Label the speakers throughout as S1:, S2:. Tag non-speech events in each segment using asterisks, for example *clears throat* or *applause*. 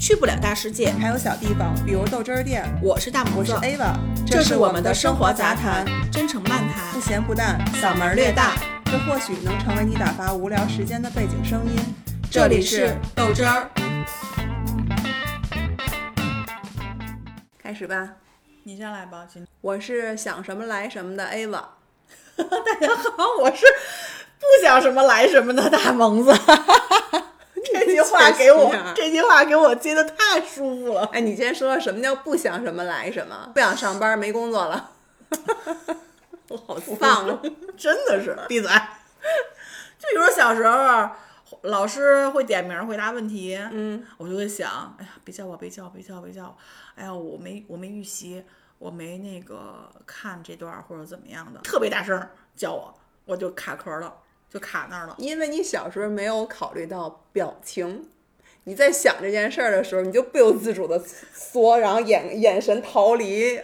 S1: 去不了大世界。
S2: 还有小地方，比如豆汁儿店。
S1: 我是哎大
S2: 我
S1: 拇
S2: 是
S1: 子，
S2: Ava，
S1: 这是
S2: 是
S1: 我
S2: 们
S1: 们的生
S2: 生
S1: 活杂
S2: 杂
S1: 谈，真诚漫谈
S2: 不，咸不淡，嗓门儿略大，这或许能成为你打发无聊时间的背景声音。
S1: 这里是豆汁儿。
S2: 开始吧，
S3: 你先来吧，今
S2: 我是想什么来什么的 Ava，
S3: 大家好，我是不想什么来什么的大
S1: *laughs*
S3: 萌子。这句话给我
S2: 确实啊，
S3: 这句话给我接的太舒服了。
S2: 哎，你先说说什么叫不想什么来什么？不想上班，没工作了。 *laughs* 我好丧 *laughs* 啊！
S3: *laughs* 真的是闭嘴。就比如说小时候，老师会点名回答问题，嗯，我就会想，哎呀，别叫我，别叫我，别叫我，别叫我，哎呀，我没我没预习，我没那个看这段儿或者怎么样的，特别大声儿叫我，我就卡壳了，就卡那儿了。
S2: 因为你小时候没有考虑到表情，你在想这件事儿的时候，你就不由自主的缩，然后眼眼神逃离，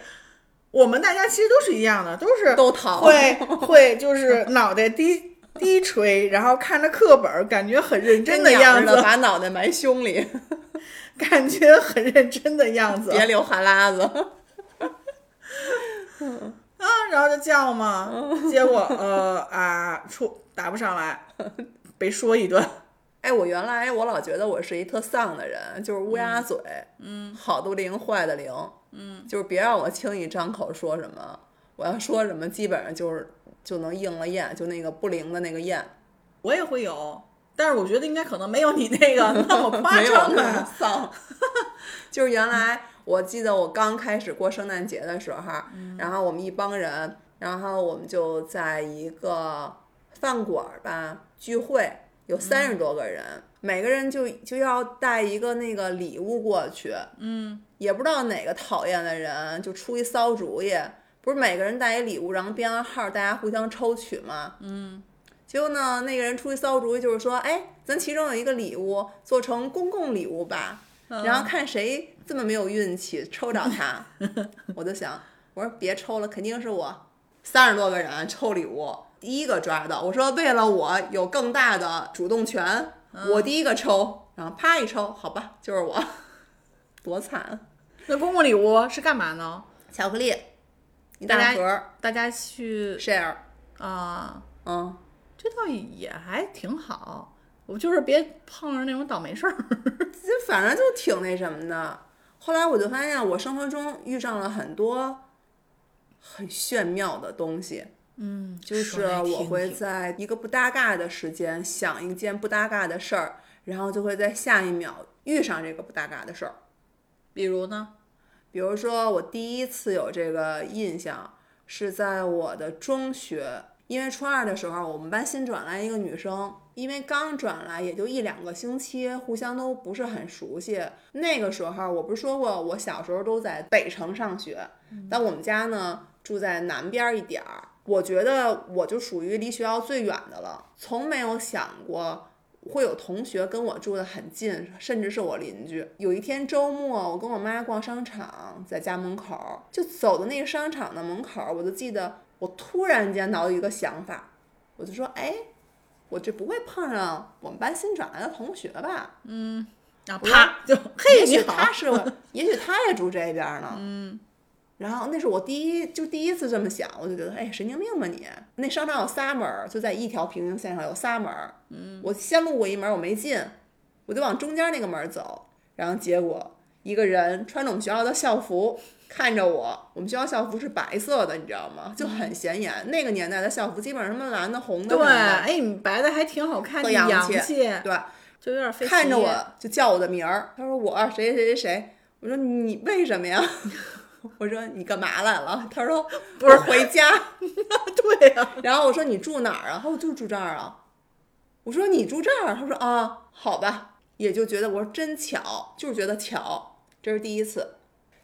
S3: 我们大家其实都是一样的，都是
S2: 都逃。 *laughs*
S3: 会会就是脑袋低低垂，然后看着课本儿，感觉很认真的
S2: 跟鸟似
S3: 样
S2: 的
S3: 子，
S2: 把脑袋埋胸里，
S3: 感觉很认真的样子
S2: 别流哈喇子。
S3: 啊，然后就叫嘛，结果呃啊出打不上来，被说一顿。
S2: 哎，我原来我老觉得我是一特丧的人，就是乌鸦嘴，嗯，好的灵，坏的灵，嗯，就是别让我轻易张口说什么，我要说什么，基本上就是就能应了验，就那个不灵的那个验，
S3: 我也会有，但是我觉得应该可能没有你那个那么夸
S2: 没有
S3: 张啊
S2: 那么
S3: 吧。
S2: 丧。 *laughs* 就是原来我记得我刚开始过圣诞节的时候，
S3: 嗯
S2: 然后我们一帮人，然后我们就在一个饭馆儿吧聚会，有三十多个人，
S3: 嗯
S2: 每个人就就要带一个那个礼物过去，
S3: 嗯，
S2: 也不知道哪个讨厌的人就出一馊主意，不是每个人带一礼物，然后编个号，大家互相抽取吗？嗯。结果呢，那个人出一馊主意，就是说，哎，咱其中有一个礼物做成公共礼物吧，然后看谁这么没有运气抽着他。我就想，我说别抽了，肯定是我。三十多个人抽礼物，第一个抓到，我说为了我有更大的主动权，我第一个抽，然后啪一抽，好吧，就是我， *laughs* 多惨啊！
S3: 那公共礼物是干嘛呢？
S2: 巧克力，一
S3: 大
S2: 大
S3: 家
S2: 盒儿
S3: 大家去
S2: share，
S3: 啊、
S2: 嗯，
S3: 这倒也还挺好。我就是别碰上那种倒霉事儿。
S2: 这反正就挺那什么的。后来我就发现，我生活中遇上了很多很炫妙的东西，
S3: 嗯，
S2: 就
S3: 就是
S2: 我会在一个不搭嘎的时间想一件不搭嘎的事儿，然后就会在下一秒遇上这个不搭嘎的事儿。
S3: 比如呢，
S2: 比如说，我第一次有这个印象是在我的中学，因为初二的时候，我们班新转来一个女生，因为刚转来也就一两个星期，互相都不是很熟悉。那个时候，我不是说过，我小时候都在北城上学，但我们家呢住在南边一点儿。我觉得我就属于离学校最远的了，从没有想过会有同学跟我住得很近，甚至是我邻居。有一天周末，我跟我妈逛商场，在家门口就走到那个商场的门口，我就记得我突然间脑有一个想法，我就说：“哎，我这不会碰上我们班新转来的同学吧？
S3: 然后啊啪就 *laughs* 嘿
S2: 也
S3: 你
S2: 许他
S3: 好，
S2: 是我，也许他也住这边呢。嗯，然后那是我第一就第一次这么想，我就觉得哎，神经病吧你！那商场有仨门儿，就在一条平行线上有仨门儿。嗯，我先路过一门儿，我没进，我就往中间那个门儿走，然后结果一个人穿着我们学校的校服。看着我，我们学校校服是白色的，你知道吗？就很显眼。那个年代的校服基本上什么蓝的、红
S3: 嗯对，
S2: 的什么的，
S3: 哎，你白的还挺好看，
S2: 特
S3: 你
S2: 洋
S3: 洋
S2: 气对，
S3: 就有点费
S2: 看着
S3: 皮
S2: 我就叫我的名儿，他说我谁谁谁谁，我说你为什么呀？ *laughs* 我说你干嘛来了？他说不是回家。
S3: *laughs*
S2: *laughs*
S3: 对啊呀、
S2: 然后我说你住哪儿啊？他说我就住这儿啊。我说你住这儿？他说啊，好吧，也就觉得我说真巧，就是觉得巧，这是第一次。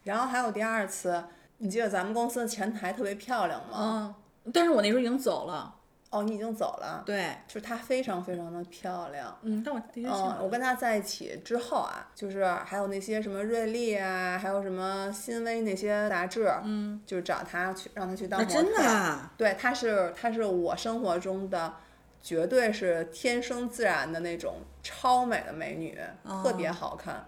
S2: 然后还有第二次，你记得咱们公司的前台特别漂亮吗？
S3: 嗯，但是我那时候已经走了，
S2: 哦，你已经走了，
S3: 对，
S2: 就是她非常非常的漂亮。
S3: 嗯，但我的确想
S2: 嗯，我跟他在一起之后啊，就是还有那些什么瑞丽啊，还有什么新威那些杂志，嗯，就找他去让他去当
S3: 啊
S2: 模特儿。
S3: 真的啊
S2: 对，他是他是我生活中的，绝
S3: 哦
S2: 对是天生自然的那种超美的美女，特别好看。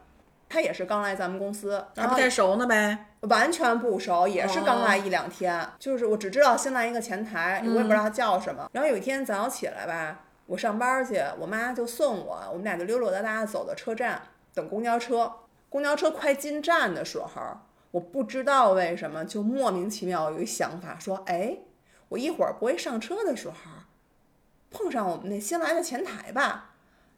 S2: 他也是刚来咱们公司，
S3: 还
S2: 然
S3: 不
S2: 后
S3: 太熟呢呗。
S2: 完全不熟，也是刚来一两天，就是我只知道新来一个前台，我也不知道他叫什么。然后有一天早上起来吧，我上班去，我妈就送我，我们俩就溜溜达达地走到车站等公交车。公交车快进站的时候，我不知道为什么就莫名其妙有一想法，说，哎，我一会儿不会上车的时候，碰上我们那新来的前台吧，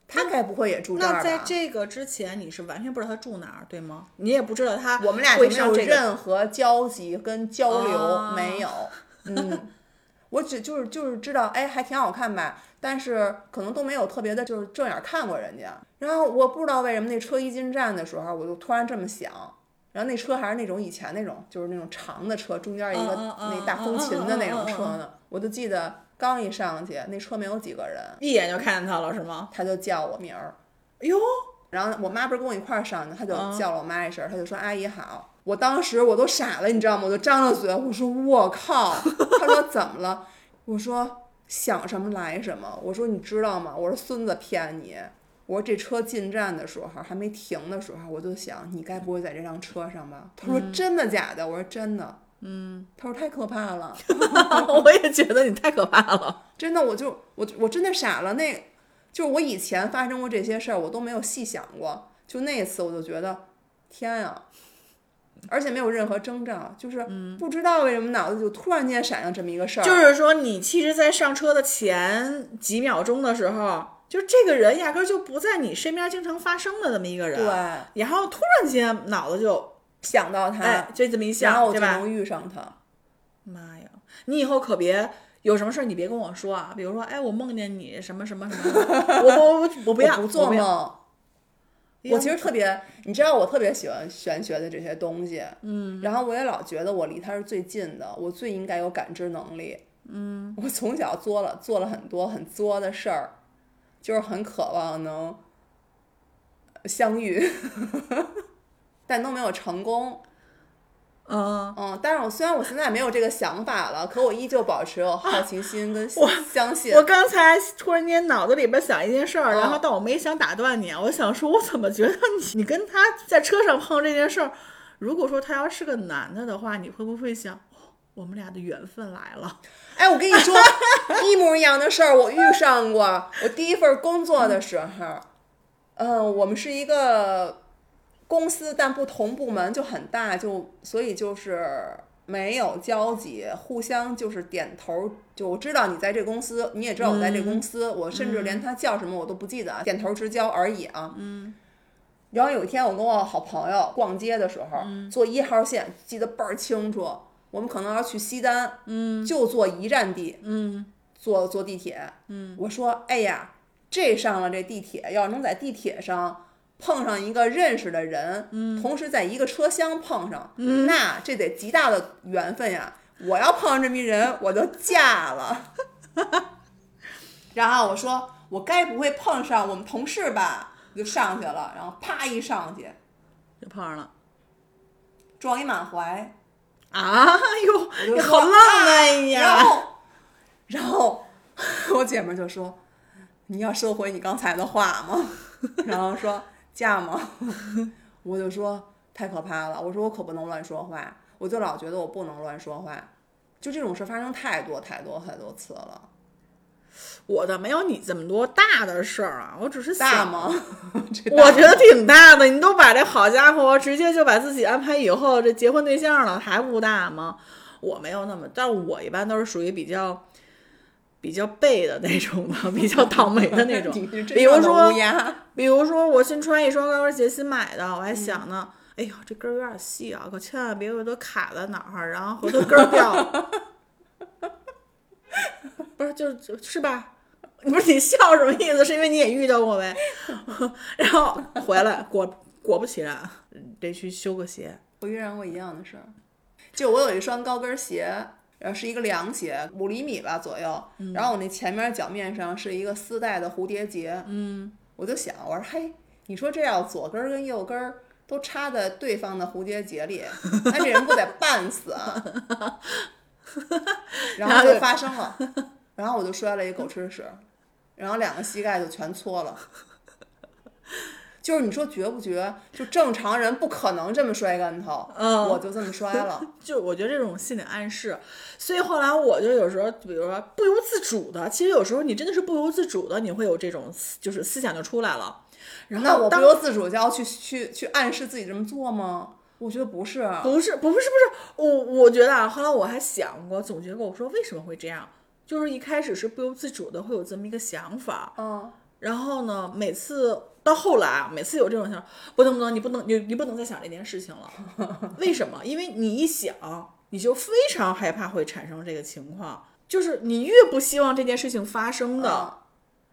S2: 他该不会也住这儿吧？
S3: 那在这个之前，你是完全不知道他住哪儿，对吗？你也不知道他
S2: 我们俩就
S3: 会
S2: 没
S3: 上
S2: 有
S3: 这个
S2: 任何交集跟交流，
S3: 啊
S2: 没有。嗯，我只就是就是知道，哎，还挺好看吧，但是可能都没有特别的，就是正眼看过人家。然后我不知道为什么那车一进站的时候，啊我就突然这么想。然后那车还是那种以前那种，就是那种长的车，中间一个
S3: 嗯嗯嗯
S2: 那大风琴的那种车
S3: 嗯嗯
S2: 呢。我就记得刚一上去，那车没有几个人，
S3: 一眼就看见他了，是吗？
S2: 他就叫我名儿，
S3: 哎
S2: *laughs*
S3: 呦，
S2: 然后我妈不是跟我一块儿上的，她就叫了我妈一声，她就说阿姨好。我当时我都傻了，你知道吗？我就张着嘴，我说我靠。她说怎么了？我说想什么来什么。我说你知道吗？我说孙子骗你。我说这车进站的时候还没停的时候，我就想你该不会在这辆车上吧？她说真的假的？我说真的。嗯。她说太可怕了。
S3: 我也觉得你太可怕了。
S2: 真的，我就我我真的傻了。那，就是我以前发生过这些事儿，我都没有细想过。就那一次，我就觉得，天啊！而且没有任何征兆，就是不知道为什么脑子就突然间闪亮这么一个事儿。
S3: *laughs* 嗯就是说，你其实，在上车的前几秒钟的时候，就这个人压根儿就不在你身边，经常发生的那么一个人。
S2: 对，
S3: 然后突然间脑子就
S2: 啊想到他，
S3: 哎，就这么一
S2: 嗯然后
S3: 想，
S2: 我
S3: 对
S2: 就
S3: 吧？
S2: 能遇上他。
S3: 妈呀，你以后可别有什么事儿，你别跟我说啊。比如说，哎，我梦见你什么什么什么，
S2: *laughs*
S3: 我我我我不要，
S2: 我不做
S3: 我要。哎
S2: 梦。我其实特别，你知道我特别喜欢玄学的这些东西，嗯，然后我也老觉得我离它是最近的，我最应该有感知能力，嗯，我从小作了做了很多很作的事儿，就是很渴望能相遇， *laughs* 但都没有成功，
S3: 嗯，
S2: 嗯，但是我虽然我现在没有这个想法了，可我依旧保持有好奇心跟相信，
S3: *laughs* 我刚才突然间脑子里边想一件事儿，然后
S2: 嗯
S3: 但我没想打断你，啊我想说，我怎么觉得你你 *laughs* 跟他在车上碰这件事儿，如果说他要是个男的的话，你会不会想，哦我们俩的缘分来了？
S2: 哎，我跟你说， *laughs* 一模一样的事儿我遇上过。我第一份工作的时候，嗯，我们是一个公司，但不同部门，就很大，就所以就是没有交集，互相就是点头。就我知道你在这公司，你也知道我在这公司，我甚至连他叫什么我都不记得，啊，点头之交而已啊。嗯。然后有一天，我跟我好朋友逛街的时候，坐一号线，记得倍儿清楚。我们可能要去西单，就坐一站地，
S3: 嗯
S2: 坐坐地铁。
S3: 嗯，
S2: 我说，哎呀，这上了这地铁，要能在地铁上碰上一个认识的人，嗯，同时在一个车厢碰上，嗯，那这得极大的缘分呀！我要碰上这么一人，我就嫁了。然后我说，我该不会碰上我们同事吧？我就上去了，然后啪一上去，
S3: 就碰上了
S2: 撞一满怀，
S3: 啊！哟，
S2: 就啊
S3: 你
S2: 说
S3: 好浪漫
S2: 然
S3: 呀！
S2: 后，然后我姐们儿就说：“你要收回你刚才的话吗？” *laughs* 然后说：“嫁吗？”我就说：“太可怕了！”我说：“我可不能乱说话，我就老觉得我不能乱说话。”就这种事发生太多太多太多次了，
S3: 我的没有你这么多大的事儿啊，我只是
S2: 大
S3: 想
S2: 吗？ *laughs* 这大
S3: 我觉得
S2: 吗
S3: 挺大的，你都把这好家伙直接就把自己安排以后这结婚对象了，还不大吗？我没有那么，但我一般都是属于比较比较背的那种的，比较倒霉的那种
S2: *laughs* 你是。真
S3: 比如
S2: 正的
S3: 说
S2: 乌，鸦，
S3: 比如说我新穿一双高跟鞋，新买的，我还
S2: 嗯
S3: 想呢，哎呦这跟儿有点细啊，可千万别回头卡在哪儿，然后回头跟儿掉了。 *laughs* 不是，就是就是吧？你不是你笑什么意思？是因为你也遇到过呗？ *laughs* 然后回来果果不其然，得去修个鞋。
S2: 我遇上过一样的事儿，就我有一双高跟鞋，然后是一个凉鞋，五厘米吧左右，然后我那前面脚面上是一个丝带的蝴蝶结，嗯，我就想，我说嘿，你说这要左跟儿跟右跟儿都插在对方的蝴蝶结 *laughs* 里，那这人不得绊死 *laughs* 啊？然后就发生了，然后我就摔了一狗吃屎，然后两个膝盖就全搓了。就是你说绝不绝？就正常人不可能这么摔跟头，
S3: 嗯
S2: 我就这么摔了。
S3: 就我觉得这种心理暗示，所以后来我就有时候，比如说不由自主的，其实有时候你真的是不由自主的，你会有这种思就是思想就出来了。 *laughs* 然
S2: 那
S3: 后
S2: 我不
S3: 当
S2: 由自主就要去去去暗示自己这么做吗？我觉得不是，
S3: 不是不是不是，我我觉得啊，后来我还想过总结过，我说为什么会这样，就是一开始是不由自主的会有这么一个想法，
S2: 嗯，
S3: 然后呢，每次到后来啊，每次有这种想法，不能不能，你不能你你不能再想这件事情了。 *laughs* 为什么？因为你一想，你就非常害怕会产生这个情况，就是你越不希望这件事情发生
S2: 嗯
S3: 的，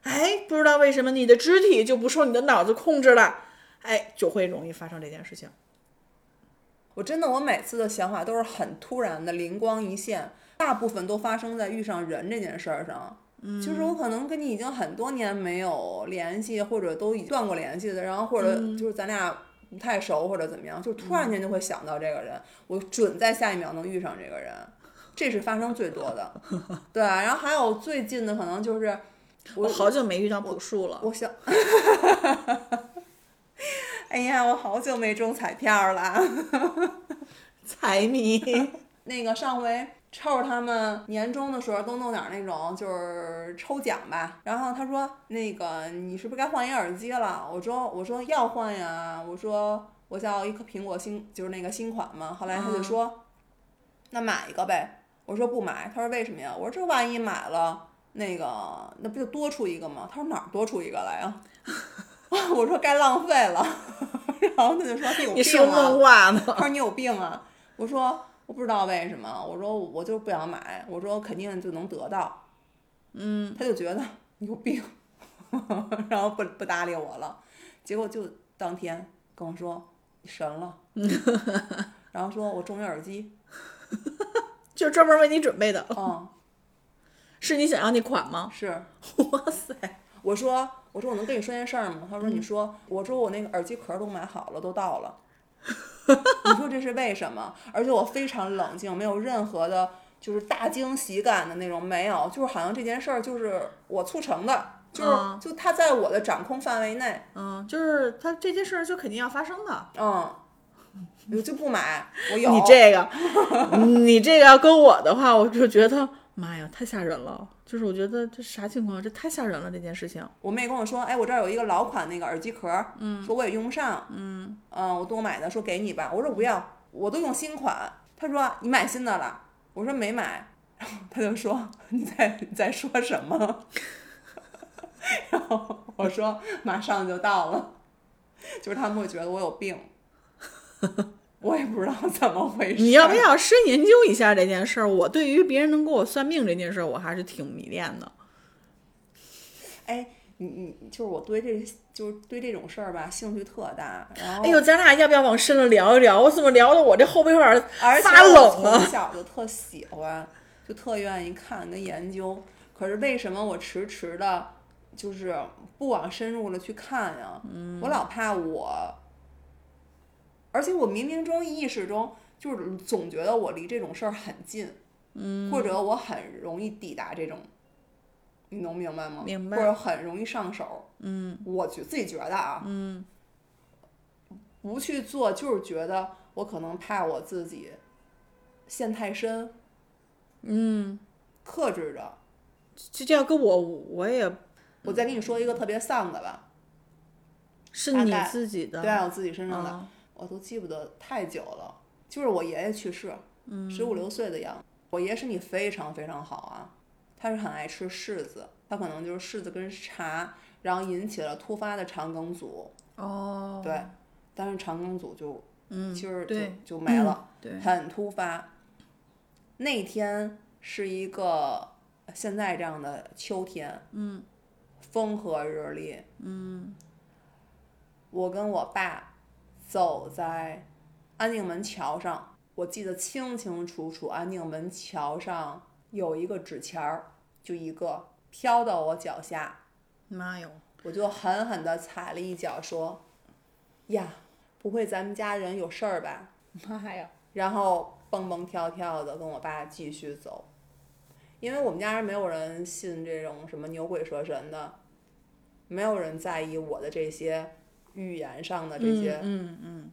S3: 哎，不知道为什么你的肢体就不受你的脑子控制了，哎，就会容易发生这件事情。
S2: 我真的我每次的想法都是很突然的，灵光一现，大部分都发生在遇上人这件事儿上。嗯，就是我可能跟你已经很多年没有联系，或者都已经断过联系的，然后或者就是咱俩不太熟或者怎么样，就突然间就会想到这个人，我准在下一秒能遇上这个人，这是发生最多的。对啊，然后还有最近的可能就是
S3: 我好久没遇到朴树了，
S2: 我想， *laughs* 哎呀，我好久没中彩票了。啊
S3: 财迷。
S2: *laughs* 那个上回臭儿他们年终的时候都弄点儿那种就是抽奖吧，然后他说那个你是不是该换一耳机了？我说我说要换呀，我说我想要一颗苹果新就是那个新款嘛。后来他就说、那买一个呗，我说不买，他说为什么呀？我说这万一买了那个那不就多出一个吗？他说哪儿多出一个来呀？ *laughs* 我说该浪费了， *laughs* 然后他就说你有
S3: 你说
S2: 病啊！
S3: 梦话呢？ *laughs*
S2: 他说你有病啊！我说我不知道为什么，我说我就是不想买，我说肯定就能得到。嗯，他就觉得你有病， *laughs* 然后不不搭理我了。结果就当天跟我说你神了， *laughs* 然后说我中一耳机，
S3: 就是专门为你准备的，
S2: 嗯，
S3: 是你想要那款吗？
S2: *laughs* 是。
S3: 哇塞！
S2: 我说我说我能跟你说件事儿吗？他
S3: 嗯
S2: 说你说，我说我那个耳机壳都买好了，都
S3: *laughs*
S2: 到了。你说这是为什么？而且我非常冷静，没有任何的，就是大惊喜感的那种，没有，就是好像这件事儿就是我促成的，就是、
S3: 嗯
S2: 就它在我的掌控范围内，
S3: 嗯，就是他这件事儿就肯定要发生的。
S2: 嗯，我就不买，我有
S3: 你这个， *laughs* 你这个要跟我的话，我就觉得妈呀，太吓人了。就是我觉得这啥情况？这太吓人了，这件事情。
S2: 我妹跟我说，哎，我这儿有一个老款那个耳机壳，嗯，说我也用不上，嗯，我多买的，说给你吧，我说不要，我都用新款。她说你买新的了，我说没买，然后她就说你在你在说什么？ *laughs* 然后我说马上就到了，就是他们会觉得我有
S3: *laughs*
S2: 病，我也不知道怎么回事。
S3: 你要不要深研究一下这件事儿？我对于别人能给我算命这件事儿，我还是挺迷恋的。
S2: 哎，你你就是我对这就是对这种事儿吧，兴趣特大。然后
S3: 哎呦，咱俩要不要往深了聊一聊？我怎么聊的我这后背有点
S2: 而且
S3: 发冷啊
S2: 我
S3: 了？
S2: 从小就特喜欢，就特愿意看跟研究。可是为什么我迟迟的，就是不往深入了去看呀？
S3: 嗯
S2: 我老怕我，而且我冥冥中意识中就是总觉得我离这种事儿很近，嗯，或者我很容易抵达这种，你能明白吗？
S3: 明白
S2: 或者很容易上手，嗯，我觉自己觉得啊，嗯，不去做就是觉得我可能怕我自己陷太深，
S3: 嗯，
S2: 克制着。
S3: 这这要跟我，我也
S2: 我再跟你说一个特别丧的吧，
S3: 是
S2: 大
S3: 你
S2: 概
S3: 自己的。
S2: 对啊，我自己身上的，
S3: 啊
S2: 我都记不得太久了。就是我爷爷去世，
S3: 嗯
S2: 十五六岁的样子。我爷爷身体非常非常好啊，他是很爱吃柿子，他可能就是柿子跟茶，然后引起了突发的肠梗阻，
S3: 哦，
S2: 对，但是肠梗阻就
S3: 嗯，
S2: 其实就
S3: 对
S2: 就
S3: *clears throat*
S2: 没了，
S3: 对，
S2: 很突发。那天是一个现在这样的秋天，嗯，风和日丽，嗯，我跟我爸走在安定门桥上，我记得清清楚楚，安定门桥上有一个纸钱儿，就一个飘到我脚下，
S3: 妈哟，
S2: 我就狠狠地踩了一脚，说：“呀，不会咱们家人有事儿吧
S3: 妈呀，？”
S2: 然后蹦蹦跳跳的跟我爸继续走，因为我们家人没有人信这种什么牛鬼蛇神的，没有人在意我的这些语言上的这些。
S3: 嗯嗯，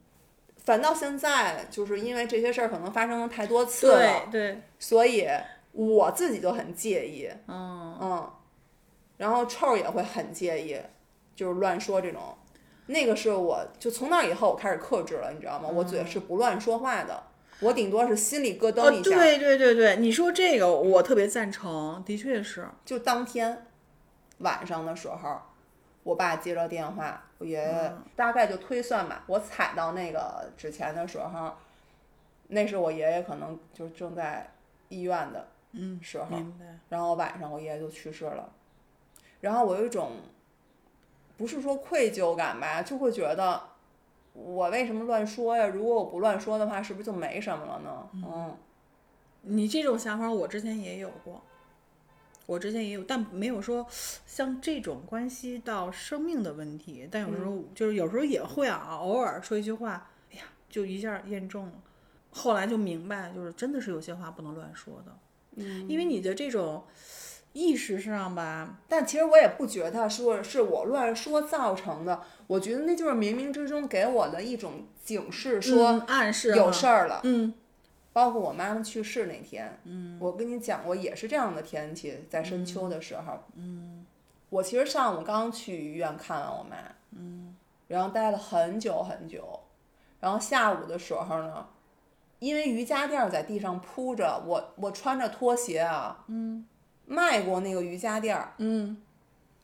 S2: 反倒现在就是因为这些事儿可能发生的太多次
S3: 对
S2: 了，
S3: 对，
S2: 所以我自己就很介意。
S3: 嗯，
S2: 嗯，然后臭儿也会很介意，就是乱说这种。那个是我就从那以后我开始克制了，你知道吗？我嘴是不乱说话的，我顶多是心里咯噔
S3: 哦，
S2: 一下，
S3: 对对对对，你说这个我特别赞成，的确是，
S2: 就当天晚上的时候，我爸接着电话，我爷爷
S3: 嗯
S2: 大概就推算吧，我踩到那个纸钱的时候，那是我爷爷可能就正在医院的
S3: 嗯，
S2: 时候，
S3: 明白，
S2: 然后晚上我爷爷就去世了，然后我有一种不是说愧疚感吧，就会觉得我为什么乱说呀？如果我不乱说的话，是不是就没什么了呢？嗯，
S3: 你这种想法我之前也有过，我之前也有，但没有说像这种关系到生命的问题，但有时候、就是有时候也会啊，偶尔说一句话，哎呀，就一下验证了。后来就明白，就是真的是有些话不能乱说的，嗯，因为你的这种意识上吧，
S2: 但其实我也不觉得说是我乱说造成的，我觉得那就是冥冥之中给我的一种警示，说
S3: 嗯暗示
S2: 有
S3: 哈
S2: 事儿了。
S3: 嗯，
S2: 包括我妈妈去世那天，嗯，我跟你讲过也是这样的天气，在深秋的时候，嗯，我其实上午刚去医院看完我妈，嗯，然后待了很久很久，然后下午的时候呢，因为瑜伽垫儿在地上铺着，我我穿着拖鞋啊，嗯，迈过那个瑜伽垫儿，
S3: 嗯，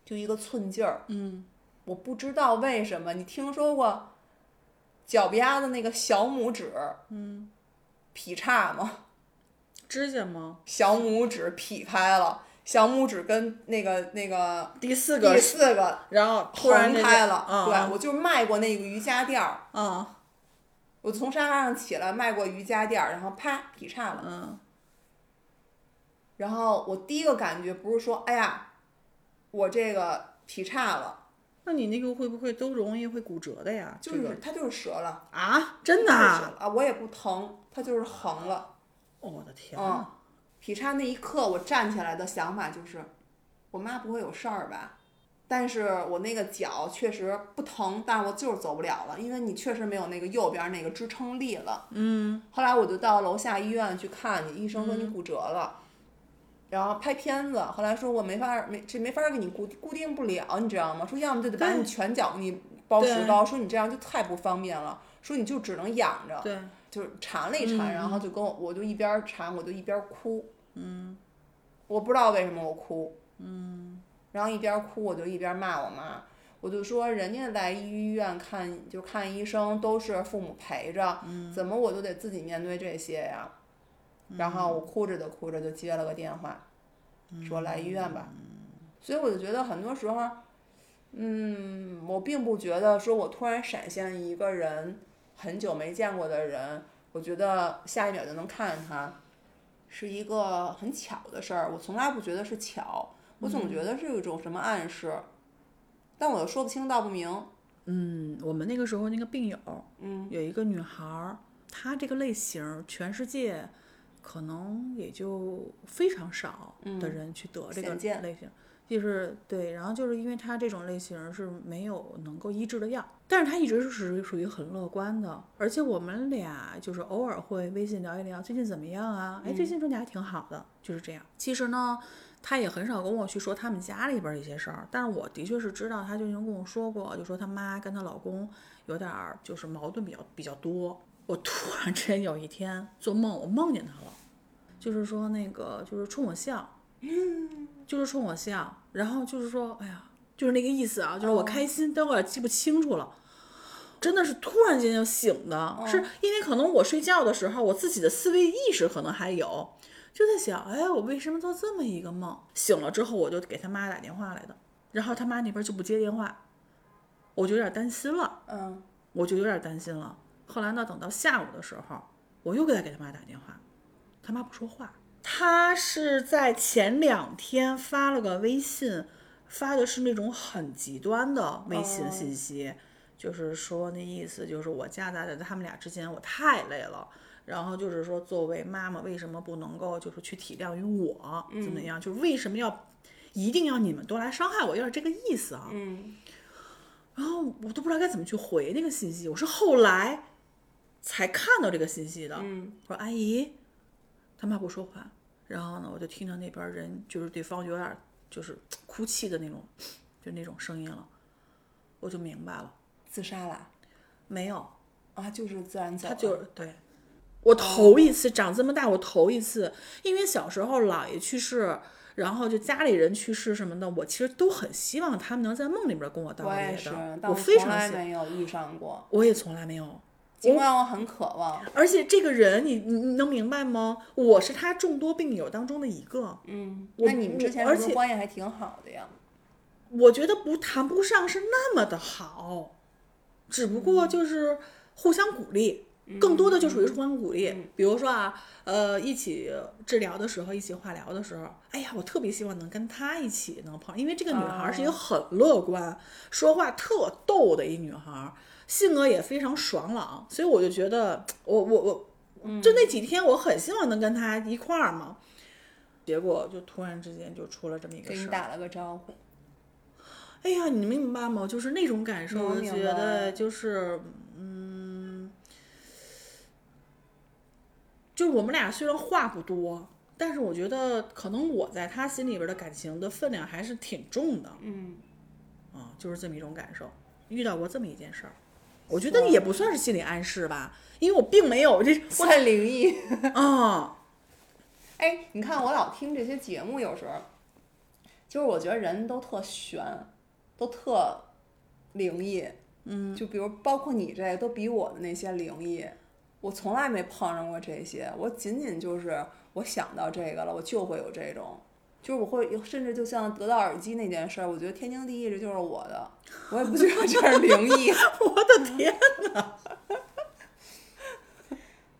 S2: 就一个寸劲儿，
S3: 嗯，
S2: 我不知道为什么，你听说过脚丫子那个小拇指，嗯，劈叉吗？ *laughs*
S3: 指甲吗？
S2: 小拇指劈开了，小拇指跟那个那个
S3: 第四
S2: 第
S3: 个，
S2: 四个
S3: 然后突
S2: 横
S3: 然之间
S2: 开了，
S3: 啊
S2: 对我就迈过那个瑜伽垫儿，
S3: 啊
S2: 我从沙发上起来迈过瑜伽垫儿，然后啪劈叉了，
S3: 嗯
S2: 然后我第一个感觉不是说哎呀，我这个劈叉了，
S3: 那你那个会不会都容易会骨折的呀？
S2: 就
S3: 这个
S2: 是它就是折了，
S3: 啊，真的
S2: 就是
S3: 啊、
S2: 折了啊，我也不疼，它就是横了。
S3: 哦我的天
S2: 嗯
S3: 啊，，
S2: 劈叉那一刻，我站起来的想法就是，我妈不会有事儿吧？但是我那个脚确实不疼，但我就是走不了了，因为你确实没有那个右边那个支撑力了。嗯。后来我就到楼下医院去看你，医生说你
S3: 嗯
S2: 骨折了，然后拍片子，后来说我没法儿没这没法儿给你固固定不了，你知道吗？说要么就得把
S3: 对
S2: 你全脚给你包
S3: 对
S2: 石膏，说你这样就太不方便了，说你就只能养着。
S3: 对，
S2: 就是缠了一缠，
S3: 嗯
S2: 然后就跟我，我就一边缠，我就一边哭。嗯，我不知道为什么我哭。嗯，然后一边哭我就一边骂我妈，我就说人家来医院看就看医生都是父母陪着，怎么我就得自己面对这些呀？然后我哭着的哭着就接了个电话，说来医院吧。所以我就觉得很多时候，嗯，我并不觉得说我突然闪现一个人。很久没见过的人，我觉得下一秒就能看见他，是一个很巧的事儿。我从来不觉得是巧，我总
S3: 嗯
S2: 觉得是有一种什么暗示，但我又说不清道不明。
S3: 嗯，我们那个时候那个病友，嗯，有一个女孩儿，她这个类型儿全世界可能也就非常少的人去得这个
S2: 罕见
S3: 类型。就是对，然后就是因为她这种类型儿是没有能够医治的药，但是她一直是属于属于很乐观的，而且我们俩就是偶尔会微信聊一聊最近怎么样啊，哎，最近状态还挺好的，就是这样。其实呢，她也很少跟我去说他们家里边儿一些事儿，但是我的确是知道，她就已经跟我说过，就说她妈跟她老公有点儿就是矛盾比较比较多。我突然之间有一天做梦，我梦见她了，就是说那个就是冲我笑，就是冲我笑，然后就是说，哎呀，就是那个意思啊，就是我开心，但我也记不清楚了。真的是突然间就醒的，是因为可能我睡觉的时候，我自己的思维意识可能还有，就在想，哎，我为什么做这么一个梦？醒了之后，我就给他妈打电话来的，然后他妈那边就不接电话，我就有点担心了。
S2: 嗯
S3: 我就有点担心了。后来呢，等到下午的时候，我又给他给他妈打电话，他妈不说话。他是在前两天发了个微信，发的是那种很极端的微信信息，就是说那意思就是我夹杂在他们俩之间，我太累了。然后就是说，作为妈妈，为什么不能够就是去体谅于我怎么样？就是为什么要一定要你们都来伤害我？有点这个意思啊。
S2: 嗯，
S3: 然后我都不知道该怎么去回那个信息，我是后来才看到这个信息的。嗯，我说阿姨，他妈不说话，然后呢，我就听到那边人就是对方有点儿就是哭泣的那种，就那种声音了，我就明白了，
S2: 自杀了
S3: 没有，
S2: 啊，就是自然走了，
S3: 他就是对。我头一次长这么大，我头一次，因为小时候姥爷去世，然后就家里人去世什么的，我其实都很希望他们能在梦里边跟我道
S2: 我也
S3: 别
S2: 是
S3: 的，，
S2: 但
S3: 我
S2: 我
S3: 非
S2: 从
S3: 常
S2: 来
S3: 希，
S2: 没有遇上过，
S3: 我也从来没有。
S2: 尽管我很渴望，
S3: 而且这个人，你你你能明白吗？我是他众多病友当中的一个，
S2: 嗯，
S3: 我
S2: 那你们
S3: 我
S2: 之前
S3: 而
S2: 是不
S3: 且
S2: 是关系还挺好的呀？
S3: 我觉得不谈不上是那么的好，只不
S2: 嗯
S3: 过就是互相鼓励，更多的就属于互相鼓励。
S2: 嗯
S3: 比如说啊，呃，一起治疗的时候，一起化疗的时候，哎呀，我特别希望能跟她一起能碰，因为这个女孩是一个
S2: 啊
S3: 很乐观、说话特逗的一女孩，性格也非常爽朗，所以我就觉得我我
S2: 嗯
S3: 我，就那几天我很希望能跟她一块儿嘛。结果就突然之间就出了这么一个
S2: 给
S3: 事
S2: 你
S3: 儿，
S2: 打了个招呼， *laughs*
S3: 哎呀，你明白吗？就是那种感受，
S2: 我
S3: 我
S2: 明
S3: 觉得
S2: 白
S3: 就是，嗯，就是我们俩虽然话不多，但是我觉得可能我在他心里边的感情的分量还是挺重的
S2: 嗯，
S3: 啊，就是这么一种感受。遇到过这么一件事儿，我觉得也不算是心理暗示吧，因为我并没有这
S2: 太灵异。
S3: 啊、
S2: 哎，你看我老听这些节目，有时候就是我觉得人都特悬，都特灵异。嗯，就比如包括你这个，都比我的那些灵异，我从来没碰上过这些。我仅仅就是我想到这个了，我就会有这种，就是我会有甚至就像得到耳机那件事儿，我觉得天经地义，这就是我的，我也不觉得这是灵异。
S3: *laughs* 我的天哪！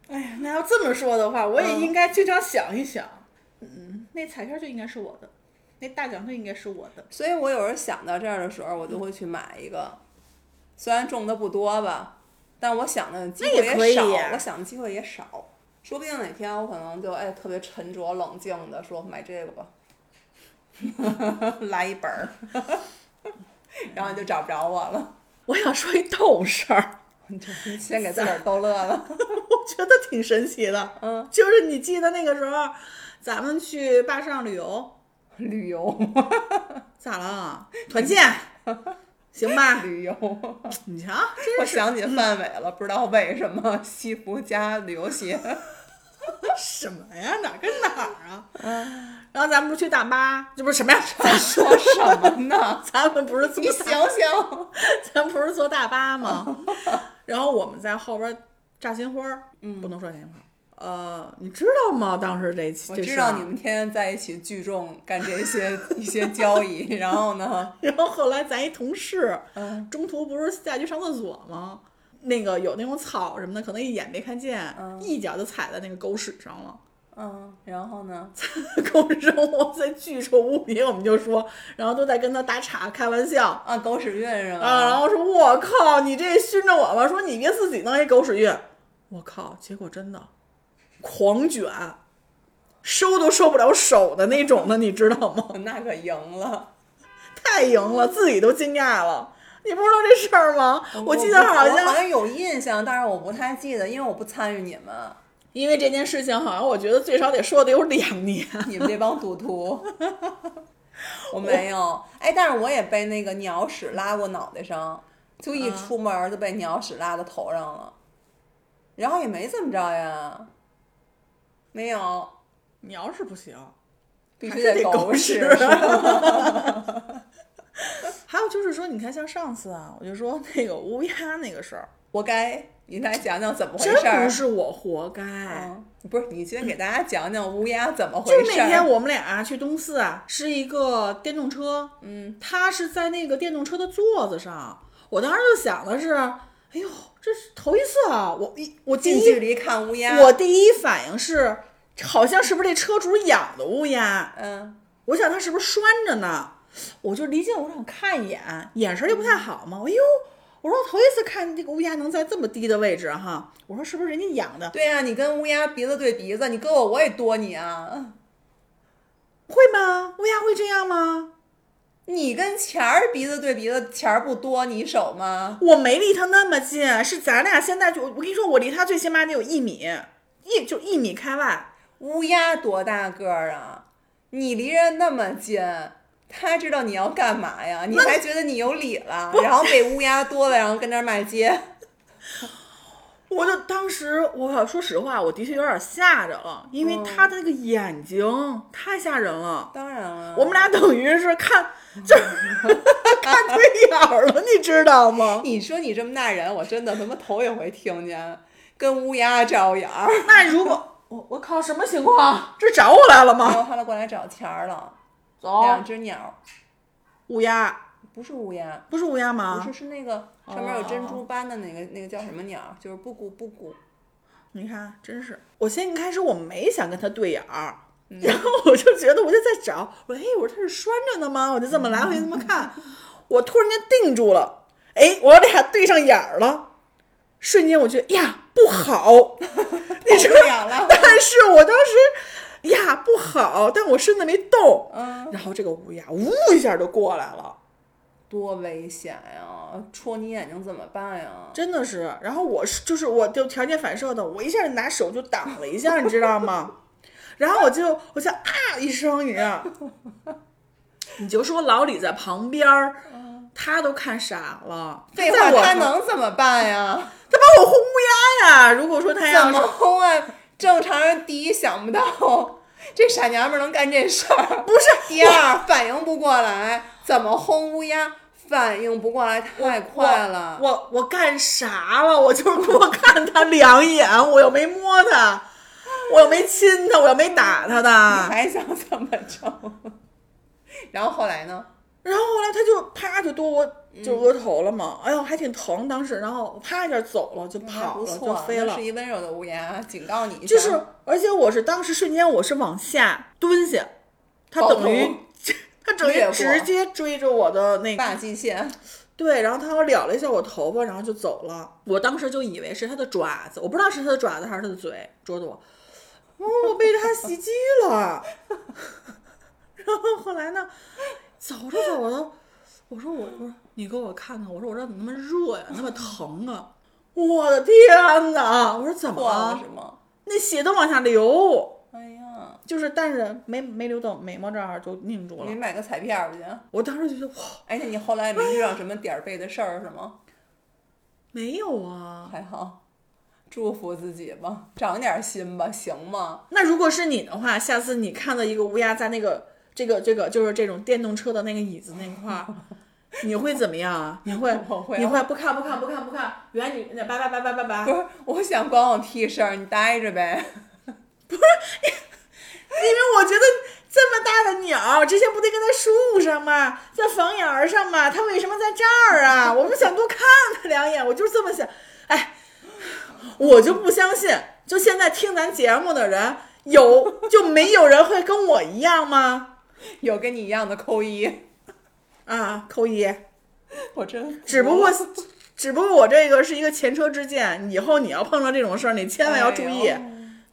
S3: 哎呀，那要这么说的话，我
S2: 嗯
S3: 也应该经常想一想。嗯，那彩票就应该是我的，那大奖就应该是我的。
S2: 所以我有时候想到这儿的时候，我就会去买一个，虽然中的不多吧，但我想的机会
S3: 那也可以
S2: 少，
S3: 呀
S2: 我想的机会也少。说不定哪天我可能就哎特别沉着冷静的说买这个吧， *laughs* 来一本儿，然后就找不着我了， *laughs*
S3: 我想说一逗事儿，
S2: 先给自个儿逗乐了。 *laughs*
S3: 我觉得挺神奇的。
S2: 嗯，
S3: 就是你记得那个时候，咱们去坝上旅游，
S2: 旅游，
S3: 咋了？啊团
S2: *laughs*
S3: 建，行吧？
S2: 旅游，
S3: 你瞧，真
S2: 我想起范伟了，不知道为什么西服加旅游鞋。
S3: 是什么呀？哪儿跟哪儿啊？
S2: 嗯
S3: 然后咱们不是去大巴，这不是什么呀？ *laughs*
S2: 说什么呢？
S3: 咱们不是啊坐
S2: 你
S3: 大
S2: 醒醒！
S3: 咱不是坐大巴吗？ *laughs* 然后我们在后边炸鲜花儿，嗯，不能说鲜花儿。呃，你知道吗？当时这
S2: 我
S3: 这
S2: 知
S3: 事儿啊
S2: 道你，们天天在一起聚众干这些一些交易，然后呢，
S3: *laughs* 然后后来咱一同事，
S2: 嗯
S3: 中途不是下去上厕所吗？那个有那种草什么的，可能一眼没看见，
S2: 嗯
S3: 一脚就踩在那个狗屎上了。 *laughs*
S2: 嗯，然后呢，
S3: 狗屎上，哇塞，巨臭无比！我们就说，然后都在跟他打岔开玩笑
S2: 啊，狗屎运是
S3: 啊，然
S2: 吗？
S3: 后说我靠，你这熏着我吧，说你别自己弄一狗屎运，我靠，结果真的狂卷，收都收不了手的那种的，你知道吗？ *laughs*
S2: 那可赢了，
S3: 太赢了，自己都惊讶了。你不知道这事儿吗？我记得
S2: 不
S3: 好
S2: 我好
S3: 像
S2: 像有印象，但是我不太记得，因为我不参与你们，
S3: 因为这件事情，好像我觉得最少得说得有两年。 *laughs*
S2: 你们这帮赌徒， *laughs* 我没有，哎，但是我也被那个鸟屎拉过脑袋上，就一
S3: 嗯
S2: 出门就被鸟屎拉到头上了，然后也没怎么着呀，没有，
S3: 你要是不行，
S2: 必
S3: 还
S2: 须
S3: 是得
S2: 狗
S3: 狗
S2: 屎
S3: 屎。还有就是说，你看像上次啊，我就说那个乌鸦那个事儿，
S2: 活该。你来讲讲怎么回
S3: 真
S2: 事儿啊
S3: 不？是我活该。
S2: 嗯不是，你先给大家讲讲乌鸦怎么回
S3: 哎就是
S2: 事
S3: 那天
S2: 儿。
S3: 我们俩、去东四啊，是一个电动车，嗯，他是在那个电动车的座子上，我当时就想的是，哎呦，这是头一次啊，我一我第
S2: 近距
S3: 一
S2: 离看乌鸦，
S3: 我第一反应是，好像是不是这车主养的乌鸦？
S2: 嗯，
S3: 我想他是不是拴着呢？我就离近，我想看一眼，眼神儿又不太好嘛，哎呦。我说我头一次看这个乌鸦能在这么低的位置哈，我说是不是人家养的？
S2: 对呀、你跟乌鸦鼻子对鼻子，你搁我我也多你啊。
S3: 会吗？乌鸦会这样吗？
S2: 你跟钱儿鼻子对鼻子，钱儿不多你手吗？
S3: 我没离他那么近，是咱俩现在就我跟你说，我离他最起码得有一米，一就一米开外。
S2: 乌鸦多大个儿啊？你离人那么近，他知道你要干嘛呀？你还觉得你有理了，然后被乌鸦多了，然后跟那儿骂街。
S3: 我就当时，我说实话，我的确有点吓着了，因为他的那个眼睛太吓人了。
S2: 当然了，
S3: 我们俩等于是看，就是 *laughs* 看对眼儿了，你知道吗？
S2: 你说你这么大人，我真的他妈头一回听见跟乌鸦招眼儿，
S3: 那如果我我靠，什么情况？啊这找我来了
S2: 然后
S3: 吗？
S2: 他都过来找钱儿了。
S3: 走，
S2: 两只鸟，
S3: 乌鸦
S2: 不是乌鸦，
S3: 不是乌鸦
S2: 不
S3: 吗
S2: 是？是那个
S3: 哦
S2: 上面有珍珠斑的那个那个叫什么鸟？就是布谷布
S3: *laughs*
S2: 谷。
S3: 你看，真是嗯我先一开始我没想跟他对眼儿，然后我就觉得我就在找，我说哎，我说他是拴着的吗？我就这么来回这么看，我突然间定住了，哎，我俩对上眼儿了，瞬间我觉得呀不 *laughs* 好，你知道
S2: 受不了了
S3: 但是我当时呀不好，但我身子没动，
S2: 嗯，
S3: 然后这个乌鸦呜一下就过来了。
S2: 多危险呀！戳你眼睛怎么办呀？
S3: 真的是，然后我是就是我就条件反射的，我一下就拿手就挡了一下，你知道吗？然后我就我就啊一声，你知道，你就说老李在旁边儿，他都看傻了，
S2: 嗯废
S3: 在
S2: 话，
S3: 我
S2: 他
S3: 旁
S2: 能怎么
S3: *laughs*
S2: 办呀？
S3: 他把我轰乌鸦哎呀！如果说他要
S2: 怎
S3: 是
S2: 么轰啊？正常人第一想不到，这傻娘们儿能干这事儿。
S3: 不是
S2: 第二反应不过来，怎么轰乌鸦？反应不过来，太快了。
S3: 我我干啥了？我就是多看他两眼，我又没摸他，我又没亲他，我又没打他
S2: 你
S3: 的。
S2: 还想怎么着？ *laughs* 然后后来呢？
S3: 然后后来他就啪就剁我就额头了
S2: 嗯
S3: 嘛，哎呦还挺疼当时，然后我啪一下走了就
S2: 还
S3: 跑了
S2: 不错，
S3: 就飞
S2: 那
S3: 了
S2: 是，一温柔的乌鸦，警告你一下。
S3: 就是而且我是当时瞬间我是往下蹲下，他
S2: 暴
S3: 等于
S2: 龙
S3: *laughs* 他等
S2: 掠
S3: 于
S2: 过
S3: 直接追着我的那个
S2: 霸气线，
S3: 对，然后他又撩了一下我头发，然后就走了。我当时就以为是他的爪子，我不知道是他的爪子还是他的嘴啄的我，哦，我被他袭击了。 *laughs* 然后后来呢，走着走着，我说我我说你给我看看，我说我这怎么那么热呀，那么疼啊！我的天哪！我说怎么
S2: 破了
S3: 了
S2: 是？吗？
S3: 那血都往下流，
S2: 哎呀，
S3: 就是但是没没流到眉毛这儿就拧住了
S2: 你。买个彩票去。
S3: 我当时就觉得哇，
S2: 而且你后来也没遇上什么点儿背的事儿是吗？
S3: 没有啊。
S2: 还好，祝福自己吧，长点心吧，行吗？
S3: 那如果是你的话，下次你看到一个乌鸦在那个这个这个就是这种电动车的那个椅子那块儿，
S2: *laughs*
S3: 你会怎么样啊？你会
S2: 我会啊
S3: 你会不看不看不看不看，原你拜拜拜拜拜拜
S2: 不。是，我想关我屁事儿，你待着呗。 *laughs*
S3: 因为我觉得这么大的鸟，之前不得跟在树上吗？在房檐儿上吗？它为什么在这儿
S2: *laughs*
S3: 啊？我们想多看它两眼，我就是这么想。哎，我就不相信，就现在听咱节目的人有就没有人会跟我一样吗？
S2: 有跟你一样的扣一，
S3: 啊，扣一。
S2: 我真
S3: 只不过，只不过我这个是一个前车之鉴，以后你要碰到这种事儿，你千万要注意，
S2: 哎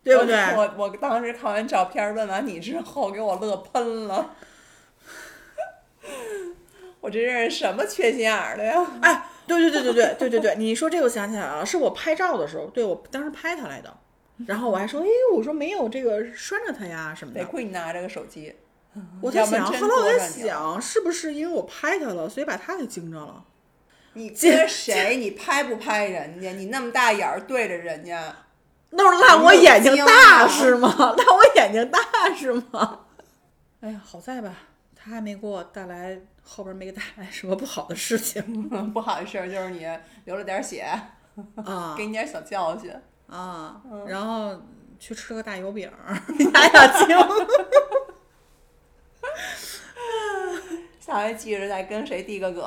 S2: 呦
S3: 对不对？
S2: 我我我当时看完照片儿问完你之后，给我乐喷了。我这是什么缺心眼儿的呀？
S3: 哎，对对对对对对对对，你说这个我想起来了，是我拍照的时候，对我当时拍他来的，然后我还说，哎，我说没有这个拴着他呀什么
S2: 得
S3: 的，
S2: 亏你拿着个手机，
S3: 我在想，
S2: 要不然真
S3: 后来我在
S2: 多着你
S3: 想，是不是因为我拍他了，所以把他给惊着了？
S2: 你跟谁？你拍不拍人家？你那么大眼儿对着人家， *laughs*
S3: 那是烂我眼睛大
S2: 有惊啊
S3: 是吗？ *laughs* 烂我眼睛大是吗？哎呀，好在吧，他还没给我带来后边没给带来什么不好的事情
S2: 不好意思，就是你流了点血，
S3: 啊。
S2: 给你点小教训。
S3: 啊，
S2: 嗯
S3: 然后去吃个大油饼儿 *laughs* 压压惊。
S2: 下回记着再跟谁递个葛，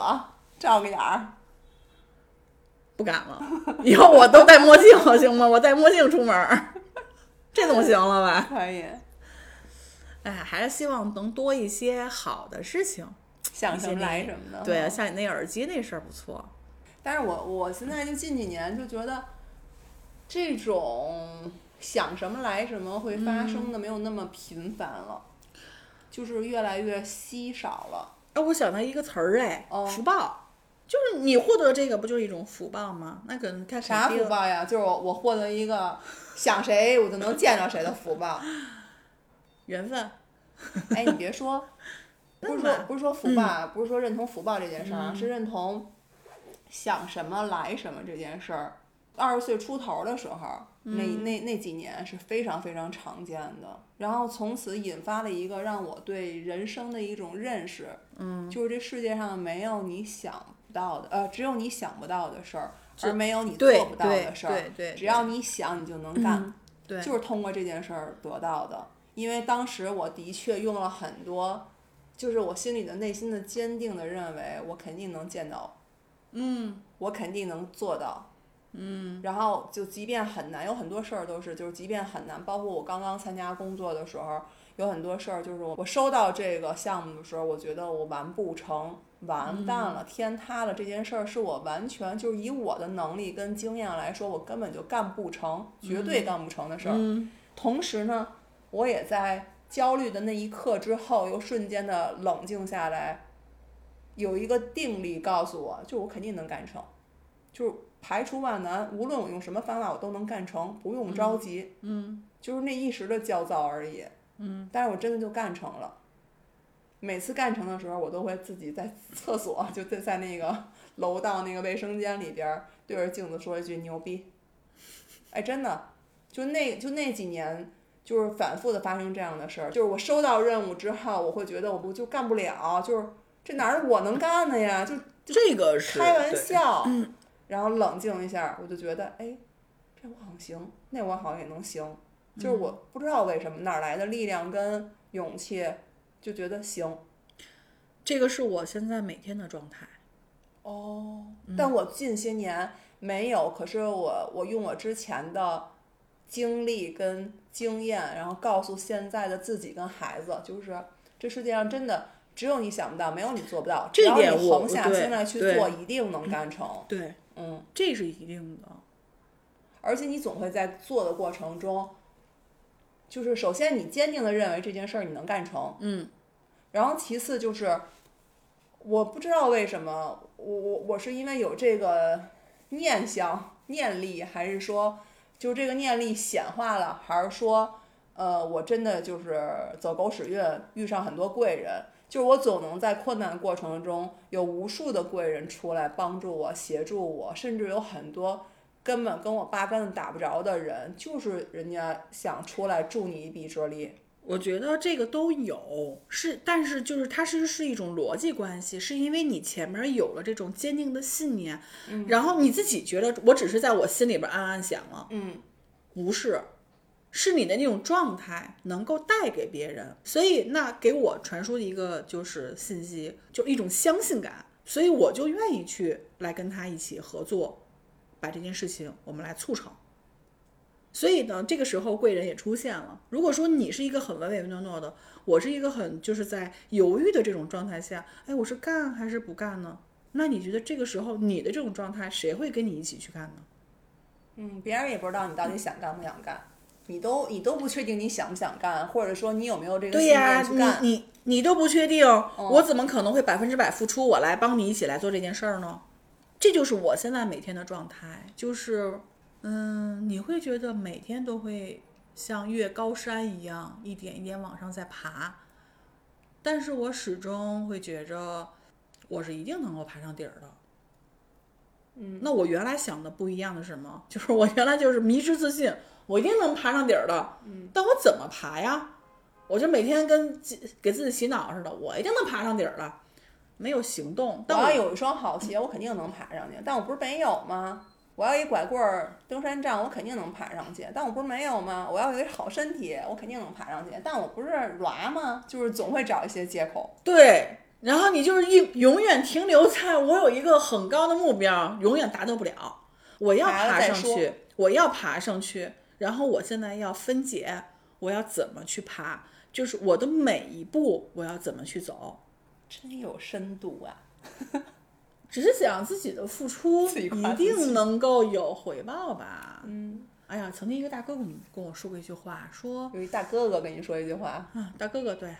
S2: 照个眼儿。
S3: 不敢了，以后我都戴墨镜了，行吗？我戴墨镜出门儿，这总行了吧？
S2: 可以，
S3: 哎，还是希望能多一些好的事情。
S2: 想什么来什么的。
S3: 对啊，像你那耳机那事儿不错，
S2: 但是我我现在就近几年就觉得，这种想什么来什么
S3: 嗯
S2: 会发生的没有那么频繁了，就是越来越稀少了。
S3: 哎，我想到一个词儿哎，
S2: 哦
S3: 福报，就是你获得这个不就是一种福报吗？那可能他肯
S2: 啥
S3: 定
S2: 福报呀？就是我我获得一个想谁我就能见着谁的福报。
S3: 缘分，
S2: *laughs* 哎，你别说，不是说不是说
S3: 嗯
S2: 福报啊，不是说认同福报这件事儿啊，是认同想什么来什么这件事儿。二十岁出头的时候，那
S3: 嗯
S2: 那那几年是非常非常常见的。然后从此引发了一个让我对人生的一种认识，嗯，就是这世界上没有你想不到的，呃，只有你想不到的事儿，而没有你
S3: 对
S2: 做不到的
S3: 对
S2: 事儿。
S3: 对对嗯
S2: 只要你想，你就能干。
S3: 对
S2: 就是通过这件事儿得到的。因为当时我的确用了很多，就是我心里的内心的坚定的认为，我肯定能见到，嗯，我肯定能做到，嗯。然后就即便很难，有很多事儿都是，就是即便很难，包括我刚刚参加工作的时候，有很多事儿就是我我收到这个项目的时候，我觉得我完不成。完蛋了，天塌了！这件事儿是我完全就是以我的能力跟经验来说，我根本就干不成，绝对干不成的事儿。同时呢，我也在焦虑的那一刻之后，又瞬间的冷静下来，有一个定力告诉我，就我肯定能干成，就是排除万难，无论我用什么方法，我都能干成，不用着急，嗯，就是那一时的焦躁而已，嗯，但是我真的就干成了。每次干成的时候，我都会自己在 *laughs* 厕所，就在在那个 *laughs* 楼道那个卫生间里边儿，对着镜子说一句“牛逼”，哎，真的，就那就那几年，就是反复的发生这样的事儿。就是我收到任务之后，我会觉得我不就干不了，就是这哪儿我能干的呀？就
S3: 这个是
S2: 开玩
S3: 对
S2: 笑，
S3: 嗯
S2: 然后冷静一下，我就觉得，哎，这我好像行，那我好像也能行。就是我不知道为什么哪儿来的力量跟勇气，就觉得行。
S3: 这个是我现在每天的状态。
S2: 哦，
S3: 嗯
S2: 但我近些年没有，可是我我用我之前的经历跟经验，然后告诉现在的自己跟孩子，就是这世界上真的只有你想不到，没有你做不到，
S3: 这
S2: 只要
S3: 点
S2: 你
S3: 我
S2: 横下
S3: 对
S2: 心来去
S3: 对
S2: 做，一定能干成。
S3: 对，
S2: 嗯，
S3: 这是一定的。
S2: 而且你总会在做的过程中，就是首先你坚定的认为这件事儿你能干成，
S3: 嗯，
S2: 然后其次就是，我不知道为什么，我我我是因为有这个念想、念力，还是说就这个念力显化了，还是说呃我真的就是走狗屎运，遇上很多贵人。就是我总能在困难的过程中有无数的贵人出来帮助我、协助我，甚至有很多根本跟我八竿子打不着的人，就是人家想出来助你一臂之力。
S3: 我觉得这个都有，是，但是就是它是是一种逻辑关系，是因为你前面有了这种坚定的信念，然后你自己觉得我只是在我心里边暗暗想了，
S2: 嗯，
S3: 不是，是你的那种状态能够带给别人，所以那给我传输的一个就是信息，就一种相信感，所以我就愿意去来跟他一起合作，把这件事情我们来促成。所以呢，这个时候贵人也出现了。如果说你是一个很唯唯诺诺的，我是一个很就是在犹豫的这种状态下，哎，我是干还是不干呢？那你觉得这个时候你的这种状态，谁会跟你一起去干呢？
S2: 嗯，别人也不知道你到底想干不想干，你都你都不确定你想不想干，或者说你有没有这个
S3: 对
S2: 信
S3: 呀、
S2: 念去干。哦
S3: 你你你都不确定，我怎么可能会百分之百付出，我来帮你一起来做这件事儿呢？这就是我现在每天的状态，就是，嗯，你会觉得每天都会像越高山一样，一点一点往上在爬，但是我始终会觉着，我是一定能够爬上顶儿的。嗯，那我原来想的不一样的是什么？ *laughs* 就是我原来就是迷之自信，我一定能爬上顶儿的。嗯，但我怎么爬呀？我就每天跟自给自己洗脑似的，我一定能爬上顶儿的，没有行动。
S2: 我
S3: 但
S2: 要
S3: 我
S2: 有一双好鞋，我肯定能爬上去，但我不是没有吗？我要一拐棍儿登山杖，我肯定能爬上去，但我不是没有吗？我要有一好身体，我肯定能爬上去，但我不是软吗？就是总会找一些借口。
S3: 对，然后你就是一永远停留在我有一个很高的目标，永远达到不了。我要
S2: 爬了
S3: 爬
S2: 再
S3: 上
S2: 说
S3: 去，我要爬上去，然后我现在要分解，我要怎么去爬，就是我的每一步我要怎么去走，
S2: 真有深度啊！
S3: 只是想自己的付出
S2: 自己
S3: 一
S2: 夸自己
S3: 定能够有回报吧。嗯，哎呀，曾经一个大哥跟跟我说过一句话，说
S2: 有一大哥哥跟你说一句话， *laughs*
S3: 啊，大哥哥，对，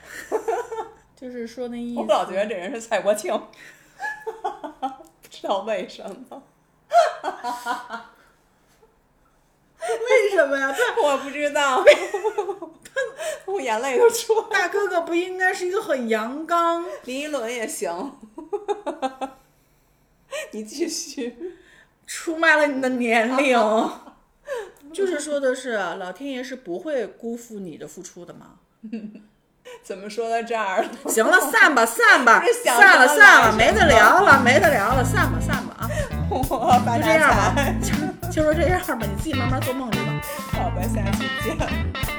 S3: 就是说那意
S2: 我
S3: 思。
S2: 老觉得这人是蔡国庆， *laughs* 不知道为什么，
S3: 为什么呀？
S2: *laughs*
S3: 对，
S2: 我不知道，我眼泪都出来了。
S3: 大哥哥不应该是一个很阳刚？
S2: 林依轮也行， *laughs* 你继续。
S3: 出卖了你的年
S2: *laughs*
S3: 龄，就是说的是啊老天爷是不会辜负你的付出的嘛。
S2: 怎么说到这儿了？
S3: 行了，散吧，散吧，
S2: 是想
S3: 散了，
S2: 什
S3: 散
S2: 么来
S3: 了，
S2: 什
S3: 没得
S2: 么
S3: 聊了，没得聊了，散吧，散吧啊，
S2: 我发
S3: 就这
S2: 大
S3: 样吧 *laughs*
S2: 财，，
S3: 就就说这样吧，你自己慢慢做梦去吧。
S2: 好吧，下期见。